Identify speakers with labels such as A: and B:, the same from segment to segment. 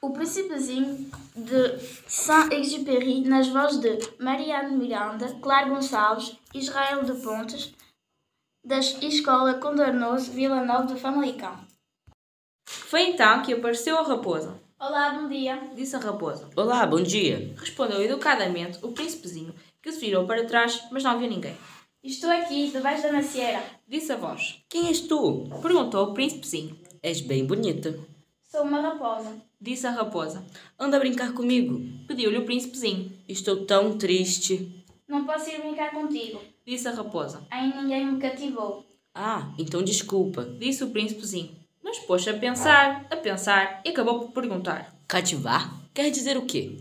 A: O Príncipezinho de Saint-Exupéry, nas vozes de Mariano Miranda, Claro Gonçalves, Israel de Pontes, da Escola Condornoso, Vila Nova do Famalicão.
B: Foi então que apareceu a raposa.
A: Olá, bom dia.
B: Disse a raposa.
C: Olá, bom dia.
B: Respondeu educadamente o príncipezinho, que se virou para trás, mas não viu ninguém.
A: Estou aqui, debaixo da macieira.
B: Disse a voz.
C: Quem és tu?
B: Perguntou o príncipezinho.
C: És bem bonita.
A: Sou uma raposa.
B: Disse a raposa.
C: Anda a brincar comigo.
B: Pediu-lhe o príncipezinho.
C: Estou tão triste.
A: Não posso ir brincar contigo.
B: Disse a raposa.
A: Ainda ninguém me cativou.
C: Ah, então desculpa.
B: Disse o príncipezinho. Mas pôs-se a pensar, a pensar e acabou por perguntar.
C: Cativar? Quer dizer o quê?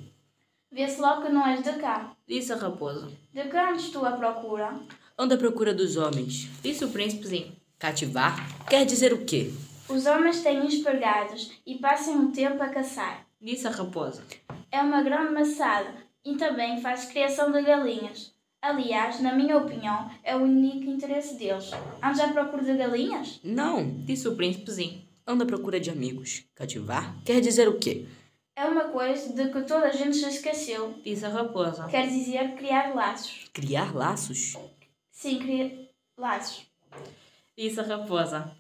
A: Vê-se logo que não és de cá.
B: Disse a raposa.
A: De que andes tu à procura?
C: Anda à procura dos homens.
B: Disse o príncipezinho.
C: Cativar? Quer dizer o quê?
A: Os homens têm espargados e passam o tempo a caçar.
B: Disse a raposa.
A: É uma grande maçada e também faz criação de galinhas. Aliás, na minha opinião, é o único interesse deles. Andas à procura de galinhas?
C: Não.
B: Disse o príncipezinho.
C: Anda à procura de amigos. Cativar? Quer dizer o quê?
A: É uma coisa de que toda a gente se esqueceu.
B: Disse a raposa.
A: Quer dizer criar laços.
C: Criar laços?
A: Sim, criar laços.
B: Disse a raposa.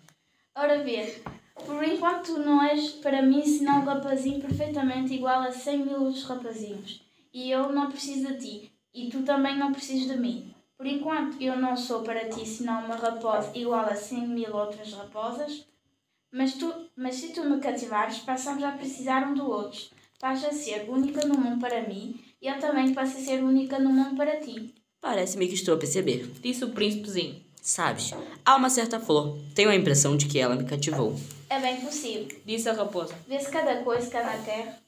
A: Ora vê, por enquanto tu não és para mim senão um rapazinho perfeitamente igual a cem mil dos rapazinhos. E eu não preciso de ti, e tu também não precisas de mim. Por enquanto eu não sou para ti senão uma raposa igual a cem mil outras raposas, mas, tu, mas se tu me cativares, passamos a precisar um do outro. Passas a ser única no mundo para mim, e eu também passo a ser única no mundo para ti.
C: Parece-me que estou a perceber.
B: Disse o príncipezinho.
C: Sabes, há uma certa flor. Tenho a impressão de que ela me cativou.
A: É bem possível.
B: Disse a raposa.
A: Vê-se cada coisa cá na terra.